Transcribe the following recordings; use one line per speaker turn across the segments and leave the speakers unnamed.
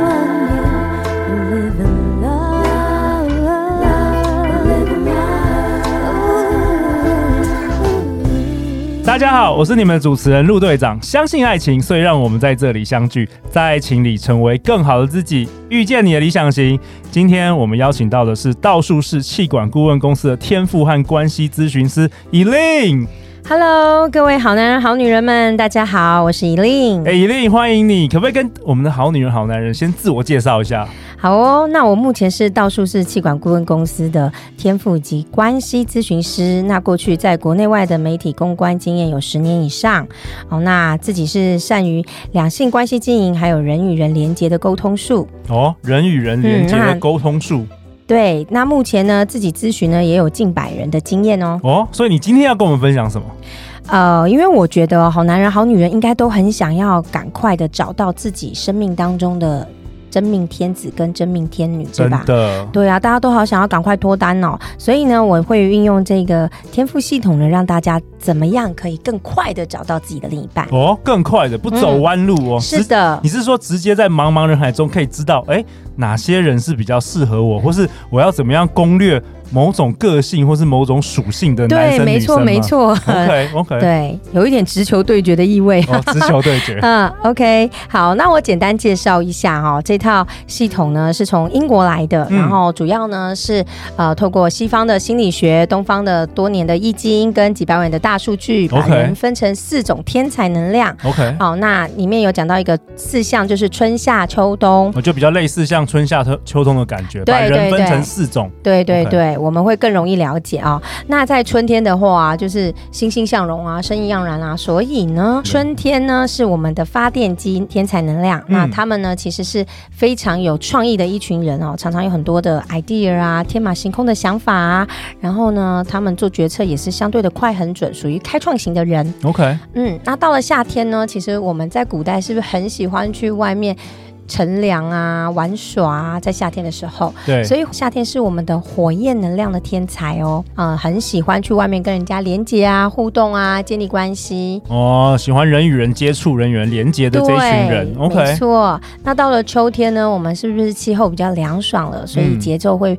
love you, live in love, live in love.
大家好，我是你们主持人陆队长。相信爱情，所以让我们在这里相聚，在爱情里成为更好的自己，遇见你的理想型。今天我们邀请到的是道术士气管顾问公司的天赋和关系咨询师 Elin。
Hello，各位好男人、好女人们，大家好，我是依令。
哎、e l i n 欢迎你，可不可以跟我们的好女人、好男人先自我介绍一下？
好哦，那我目前是道术士气管顾问公司的天赋及关系咨询师。那过去在国内外的媒体公关经验有十年以上。哦，那自己是善于两性关系经营，还有人与人连接的沟通术。
哦，人与人连接
嗯
的
那
沟通术、
对，那目前呢，自己咨询呢也有近百人的经验哦。
哦，所以你今天要跟我们分享什么？
呃，因为我觉得好男人、好女人应该都很想要赶快的找到自己生命当中的真命天子跟真命天女，对
真
吧？
的，
对啊，大家都好想要赶快脱单哦，所以呢，我会运用这个天赋系统呢，让大家怎么样可以更快的找到自己的另一半。
哦，更快的，不走弯路哦，
嗯是的
你，是说直接在茫茫人海中可以知道，哎，哪些人是比较适合我，或是我要怎么样攻略某种个性或是某种属性的男
对，
生
没
女生
错，
吗
没。错，
OK OK，，
对，有一点直球对决的意味。。
哦，直球对决
嗯，OK，好，那我简单介绍一下哈、哦，这套系统呢是从英国来的，
嗯
然后主要呢是呃透过西方的心理学、东方的多年的易经跟几百万的大数据，把
OK
人分成四种天才能量。
OK，
好，那里面有讲到一个四项，就是春夏秋冬。
我就比较类似像春夏秋秋冬的感觉，
对
把人
对
分
对
成四种。
对对
OK
对我们会更容易了解啊、那在春天的话、啊，就是欣欣向荣啊，生意盎然啊。所以呢，春天呢是我们的发电机天才能量。那他们呢其实是非常有创意的一群人哦，常常有很多的 idea 啊，天马行空的想法啊。然后呢，他们做决策也是相对的快很准，属于开创型的人。
OK，
嗯，那到了夏天呢，其实我们在古代是不是很喜欢去外面乘凉啊、玩耍啊？在夏天的时候，
对，
所以夏天是我们的火焰能量的天才哦，呃，很喜欢去外面跟人家连接啊、互动啊、建立关系。
哦，喜欢人与人接触、人与人连接的这一群人。
没
OK，
错。那到了秋天呢，我们是不是气候比较凉爽了，所以
嗯
节奏会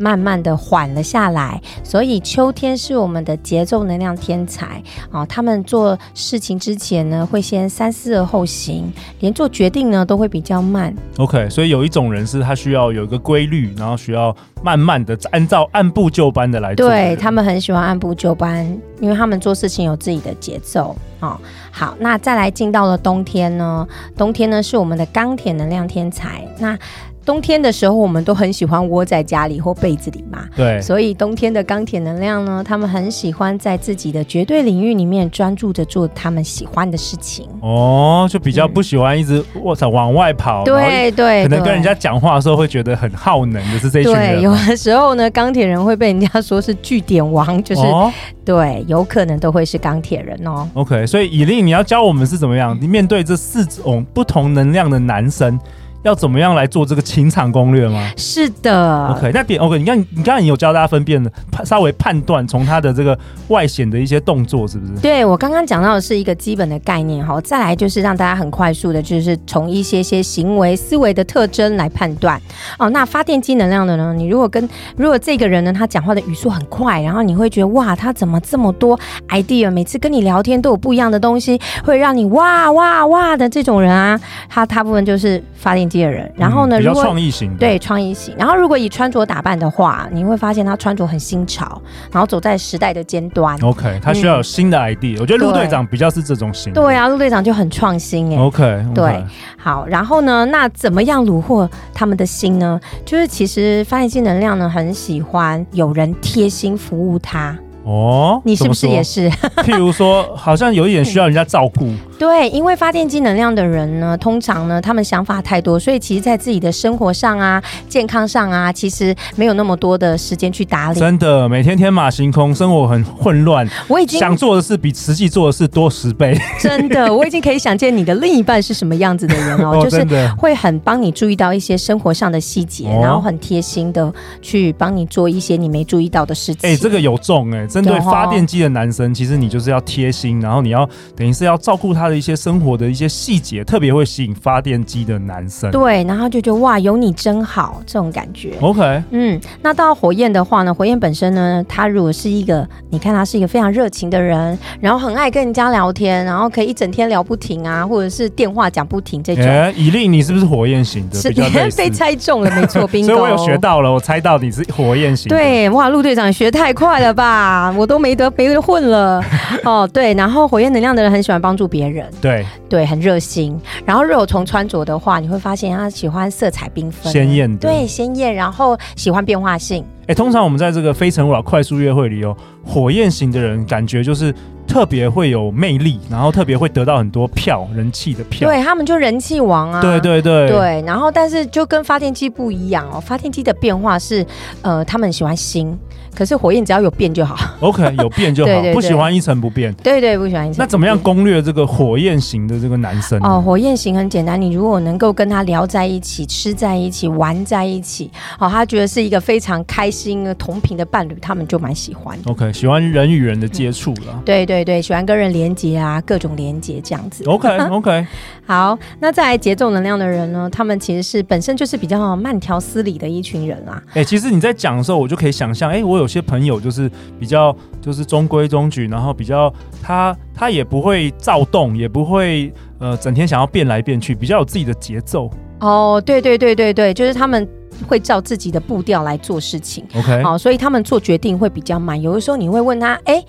慢慢的缓了下来？所以秋天是我们的节奏能量天才啊、他们做事情之前呢，会先三思而后行，连做决定呢都会比较慢。
OK，所以有一种人是他需要有一个规律，然后需要慢慢的按照按部就班的来做的人。
对他们很喜欢按部就班，因为他们做事情有自己的节奏哦。好，那再来进到了冬天呢，冬天呢是我们的钢铁能量天才。那冬天的时候，我们都很喜欢窝在家里或被子里嘛，
对，
所以冬天的钢铁能量呢，他们很喜欢在自己的绝对领域里面专注着做他们喜欢的事情。
哦，就比较不喜欢一直我操往外跑，然后
对对，
哦可能
对
跟人家讲话的时候会觉得很耗能的是这一群
对，
人
有
吗，
的时候呢，钢铁人会被人家说是据点王，就是、
哦
对，有可能都会是钢铁人哦。
，OK，所以以令你要教我们是怎么样，你面对这四种不同能量的男生，要怎么样来做这个情场攻略吗？
是的
OK，那别 OK，你看你刚才你有教大家分辨的，判稍微判断从他的这个外显的一些动作是不是？
对我刚刚讲到的是一个基本的概念哈，再来就是让大家很快速的，就是从一些些行为思维的特征来判断哦。那发电机能量的呢，你如果跟如果这个人呢，他讲话的语速很快，然后你会觉得哇，他怎么这么多 idea，每次跟你聊天都有不一样的东西，会让你哇哇哇的这种人啊，他大部分就是发电机的人。然后呢，
嗯比
如
较
果
创意型的，
对，创意型。然后如果以穿着打扮的话，你会发现他穿着很新潮，然后走在时代的尖端。
，OK，他需要有新的 idea，、我觉得陆
嗯对
队长比较是这种型，
对啊，陆队长就很创新哎、
，OK，
对好，然后呢，那怎么样虏获他们的心呢？就是其实发现性能量呢，很喜欢有人贴心服务他。
哦，
你是不是
怎
嗯
么说
也？是？
譬如说，好像有一点需要人家照顾，
对，因为发电机能量的人呢，通常呢，他们想法太多，所以其实，在自己的生活上啊、健康上啊，其实没有那么多的时间去打理。
真的每天天马行空，生活很混乱，
我已 经
想做的事比实际做的事多十倍。
真的，我已经可以想见你的另一半是什么样子的人哦，
哦
就是
真的
会很帮你注意到一些生活上的细节，
哦
然后很贴心的去帮你做一些你没注意到的事 情。
哎、这个有重哎、针对
有哦
发电机的男生，其实你就是要贴心，然后你要等于是要照顾他的一些生活的一些细节，特别会吸引发电机的男生。
对，然后就觉得哇，有你真好这种感觉。
，OK，
嗯，那到火焰的话呢，火焰本身呢，他如果是一个，你看他是一个非常热情的人，然后很爱跟人家聊天，然后可以一整天聊不停啊，或者是电话讲不停这种，
哎、以令你是不是火焰型的？
是
比较类似
被猜中了，没错 ，bingo。
所以我有学到了，我猜到你是火焰型的。
哦对，哇，陆队长学太快了吧， 我都没得没得混 了。哦，对，然后火焰能量的人很喜欢帮助别人，
对，
对，很热心。然后如果从穿着的话，你会发现他喜欢色彩缤纷、
鲜艳的
对，鲜艳，然后喜欢变化性。
哎、通常我们在这个非诚勿扰快速约会里哦，火焰型的人感觉就是特别会有魅力，然后特别会得到很多票，人气的票。
对他们就人气王啊，
对对对
对，然后但是就跟发电机不一样哦，发电机的变化是，呃，他们喜欢新，可是火焰只要有变就好。
OK，有变就好，
对对对
不喜欢一成不变。
对对，不喜欢新。
那怎么样攻略这个火焰型的这个男生呢？
哦，火焰型很简单，你如果能够跟他聊在一起、吃在一起、玩在一起，哦，他觉得是一个非常开心的同频的伴侣，他们就蛮喜欢。
OK，喜欢人与人的接触了。
对对对，喜欢跟人连接啊，各种连接这样子。
OK OK，
好，那再来节奏能量的人呢，他们其实是本身就是比较慢条斯理的一群人啊啦、
哎、其实你在讲的时候，我就可以想象，哎、我有些朋友就是比较就是中规中矩，然后比较他他也不会躁动，也不会呃整天想要变来变去，比较有自己的节奏。
哦，对对对对对，就是他们会照自己的步调来做事情。
OK，
好、哦所以他们做决定会比较慢。有的时候你会问他，哎，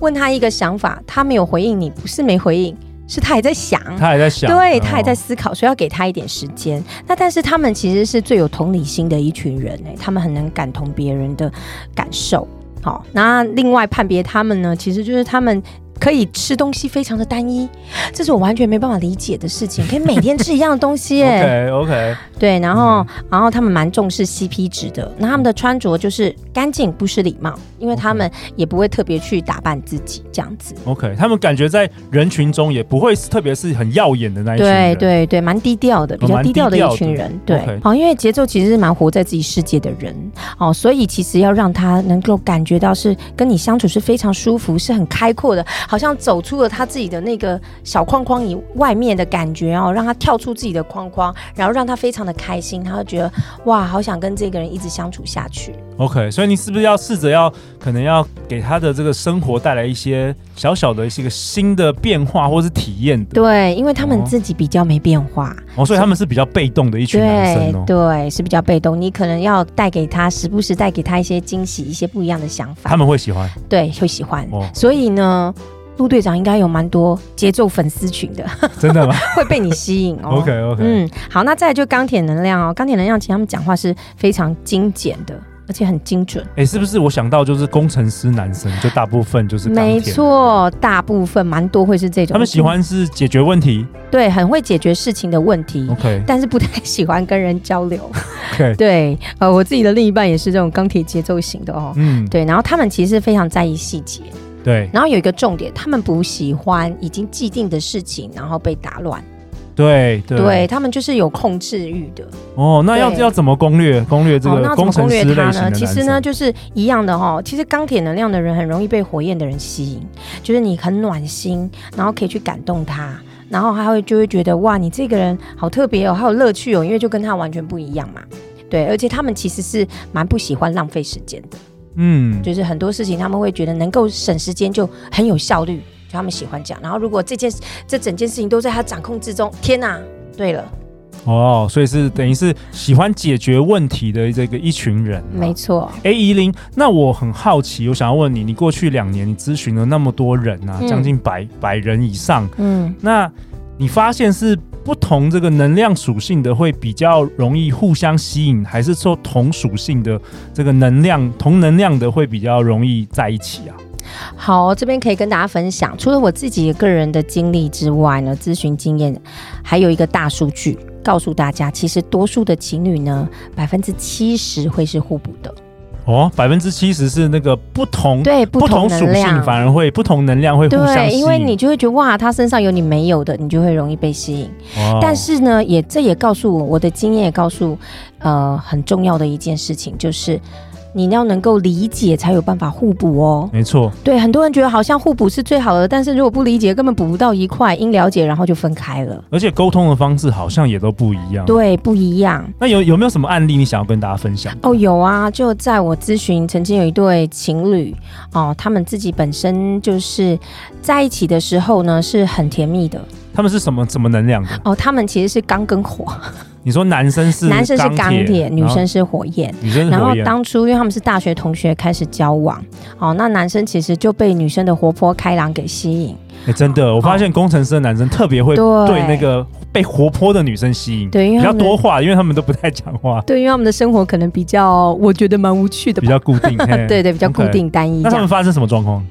问他一个想法，他没有回应你，不是没回应，是他还在想。
他还在想，
对他还在
哦
思考，所以要给他一点时间。那但是他们其实是最有同理心的一群人哎、他们很能感同别人的感受。好，那另外判别他们呢，其实就是他们。可以吃东西非常的单一，这是我完全没办法理解的事情。可以每天吃一样的东西哎 耶、
OK OK，
对，然
嗯
后、然后他们蛮重视 CP 值的，那他们的穿着就是干净不失礼貌，因为他们也不会特别去打扮自己这样子。
OK，他们感觉在人群中也不会是特别是很耀眼的那一群
对
人。
对对，蛮低调的，比
哦
较
蛮
低调的
低调
一
的
群人。对
OK，
好、因为节奏其实是蛮活在自己世界的人，哦，所以其实要让他能够感觉到是跟你相处是非常舒服，是很开阔的，好像走出了他自己的那个小框框以外面的感觉哦，让他跳出自己的框框，然后让他非常的开心，他会觉得哇，好想跟这个人一直相处下去。
OK，所以你是不是要试着要可能要给他的这个生活带来一些小小的一些个新的变化或是体验的？
对，因为他们
哦
自己比较没变化，
哦，所以他们是比较被动的一群男
对
生哦。
对，是比较被动。你可能要带给他，时不时带给他一些惊喜，一些不一样的想法
他，们会喜 欢，
对，会喜欢。
哦
所以呢，陆队长应该有蛮多节奏粉丝群的，
真的吗
会被你吸引 哦。
？OK OK，
嗯，好，那再来就钢铁能量哦，钢铁能量其实他们讲话是非常精简的，而且很精准。
哎、是不是我想到就是工程师男生，就大部分就是钢铁
没，错，大部分蛮多会是这种，
他们喜欢是解决问题。
对，很会解决事情的问题，
OK
但是不太喜欢跟人交流。
OK，
对，呃，我自己的另一半也是这种钢铁节奏型的哦。
嗯，
对，然后他们其实非常在意细节，
对
然后有一个重点，他们不喜欢已经既定的事情然后被打乱，
对对
对他们就是有控制欲的。
哦，那要
对
要怎么攻略攻略这
哦，
个
那怎
工
么攻
程师类型
略
的
它
男
呢？
生？
其实呢，就是一样的哦。其实钢铁能量的人很容易被火焰的人吸引，就是你很暖心，然后可以去感动他。然后他会就会觉得哇，你这个人好特别哦，好有乐趣哦，因为就跟他完全不一样嘛。对，而且他们其实是蛮不喜欢浪费时间的。
嗯，
就是很多事情他们会觉得能够省时间就很有效率，就他们喜欢讲。然后如果这件这整件事情都在他掌控之中，天哪！对了，
哦，所以是等于是喜欢解决问题的这个一群人、啊，
没错，
哎，怡琳，那我很好奇，我想要问你，你过去两年你咨询了那么多人啊，
嗯
将近百百人以上，
嗯，
那你发现是不同这个能量属性的会比较容易互相吸引，还是说同属性的这个能量同能量的会比较容易在一起啊？
好，这边可以跟大家分享，除了我自己个人的经历之外呢，咨询经验还有一个大数据告诉大家，其实多数的情侣呢，百分之七十会是互补的，
哦，百分之七十是那个不同
对，不同
属
能量
性，反而会不同能量会互相
对，
吸引。
因为你就会觉得哇，他身上有你没有的，你就会容易被吸引。
哦，
但是呢，也这也告诉我，我的经验也告诉，呃，很重要的一件事情就是。你要能够理解，才有办法互补哦。
没错，
对，很多人觉得好像互补是最好的，但是如果不理解，根本补不到一块。因了解，然后就分开了。
而且沟通的方式好像也都不一样。，
对，不一样。
那有有没有什么案例你想要跟大家分享？
哦，有啊，就在我咨询，曾经有一对情侣哦，他们自己本身就是在一起的时候呢，是很甜蜜的
他们是什么什么能量的？
哦。他们其实是钢跟火，
你说男生是
男生是钢铁，嗯女
然
生
后
是火焰。
女生是
然
火
后
焰，
当初因为他们是大学同学开始交往，哦，那男生其实就被女生的活泼开朗给吸引，
哎，真的，我发现工程师的男生特别会
对
对那个被活泼的女生吸引，
对因为
比较
他们
多话，因为他们都不太讲话，
对，因为他们的生活可能比较，我觉得蛮无趣的
比
吧。
较固 定。嘿
对对，比较固。
OK 嗯
定单一
那
这
他
样
们。发生什么状况？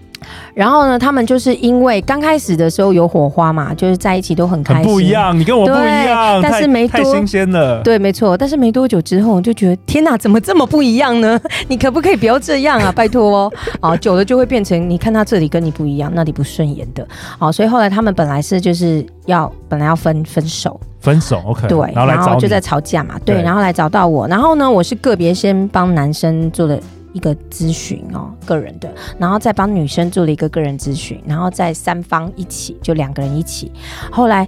然后呢，他们就是因为刚开始的时候有火花嘛，就是在一起都很开
很
心，
不一。样，你跟我不一样，
对但
太
是没
太
多
新鲜了。
对，没错。但是没多久之后，我就觉得天哪，怎么这么不一样呢？ 你可不可以不要这样啊？拜托哦。啊，久了就会变成你看他这里跟你不一样，那里不顺眼的。好，所以后来他们本来是就是要本来要分分手，
分手，OK，
对，
然后来找
就
你
在吵架嘛，对，
对
然后来找到我，然后呢，我是个别先帮男生做了一个咨询哦，个人的，然后再帮女生做了一个个人咨询，然后再三方一起，就两个人一起。后来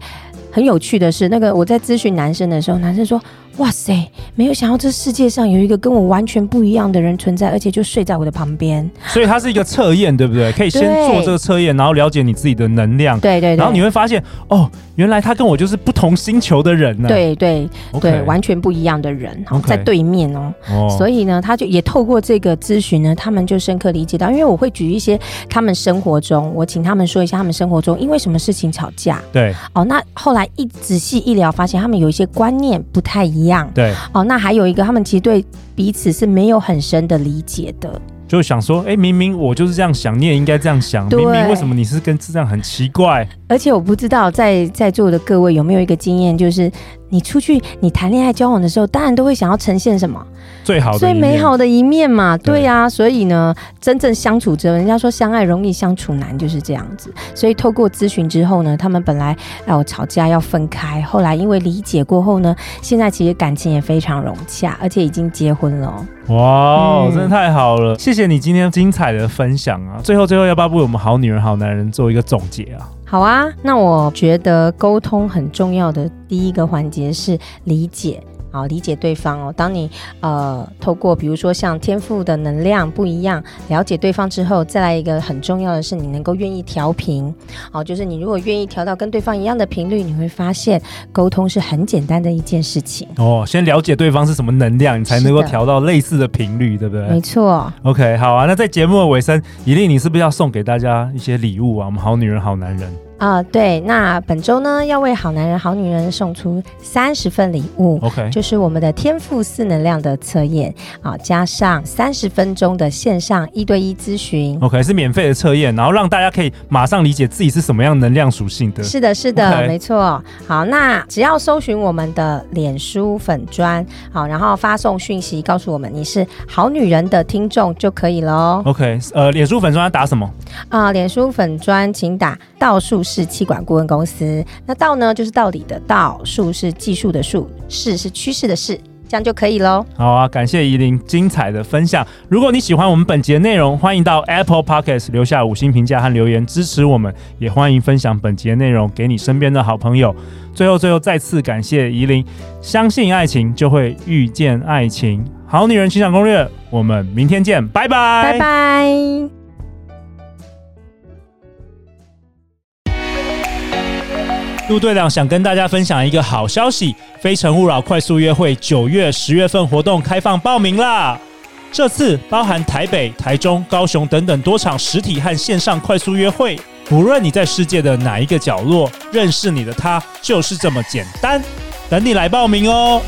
很有趣的是，那个我在咨询男生的时候，男生说：“哇塞，没有想到这世界上有一个跟我完全不一样的人存在，而且就睡在我的旁边。
所以它是一个测验，对不对？可以先
对
做这个测验，然后了解你自己的能量”，
对对对，
然后你会发现，哦，原来他跟我就是不同星球的人呢、
对对
OK，
对完全不一样的人，好
OK
在对面哦。
哦
所以呢，他就也透过这个咨询呢，他们就深刻理解到，因为我会举一些他们生活中，我请他们说一下他们生活中因为什么事情吵架
对
哦。那后来一仔细一聊，发现他们有一些观念不太一样
对，
哦。那还有一个，他们其实对彼此是没有很深的理解的，
就想说，哎，明明我就是这样想，你也应该这样想，
对
明明为什么你是跟这样很奇怪？
而且我不知道在在座的各位有没有一个经验，就是你出去你谈恋爱交往的时候，当然都会想要呈现什么。
最好的
最
一面
美好的一面嘛，
对
对呀、所以呢，真正相处之后，人家说相爱容易相处难，就是这样子。所以透过咨询之后呢，他们本来哎我吵架要分开，后来因为理解过后呢，现在其实感情也非常融洽，而且已经结婚了哦。
哇、哦真的太好了！谢谢你今天精彩的分享啊！最后最后，要不要为我们好女人好男人做一个总结啊？
好啊，那我觉得沟通很重要的第一个环节是理解。好，理解对方哦。当你呃透过比如说像天赋的能量不一样，了解对方之后，再来一个很重要的是，你能够愿意调频。哦，就是你如果愿意调到跟对方一样的频率，你会发现沟通是很简单的一件事情。
哦，先了解对方是什么能量，你才能够
是的
调到类似的频率，对不对？
没错，
OK，好啊。那在节目的尾声，以令你是不是要送给大家一些礼物啊？我们好女人、好男人，
啊、对。那本周呢，要为好男人、好女人送出三十份礼物。
OK，
就是我们的天赋四能量的测验啊，加上三十分钟的线上一对一咨询。
OK 是免费的测验，然后让大家可以马上理解自己是什么样能量属性的。
是的，是的
OK
没错。好，那只要搜寻我们的脸书粉砖，好，然后发送讯息告诉我们你是好女人的听众就可以了哦。
OK，呃，脸书粉专要打什么？
啊、脸书粉砖请打“道术士气管顾问公司”，那“道”呢就是道理的“道”，“术”是技术的“术”，“势”是趋势的“势”，这样就可以哦喽。
好啊，感谢怡琳精彩的分享。如果你喜欢我们本节内容，欢迎到 Apple Podcast 留下五星评价和留言支持我们，也欢迎分享本节内容给你身边的好朋友。最后，最后再次感谢怡琳，相信爱情就会遇见爱情。好女人情场攻略，我们明天见，拜拜，
拜拜。
陆队长想跟大家分享一个好消息，《非诚勿扰》快速约会九月、十月份活动开放报名啦！这次包含台北、台中、高雄等等多场实体和线上快速约会，不论你在世界的哪一个角落，认识你的他就是这么简单，等你来报名哦！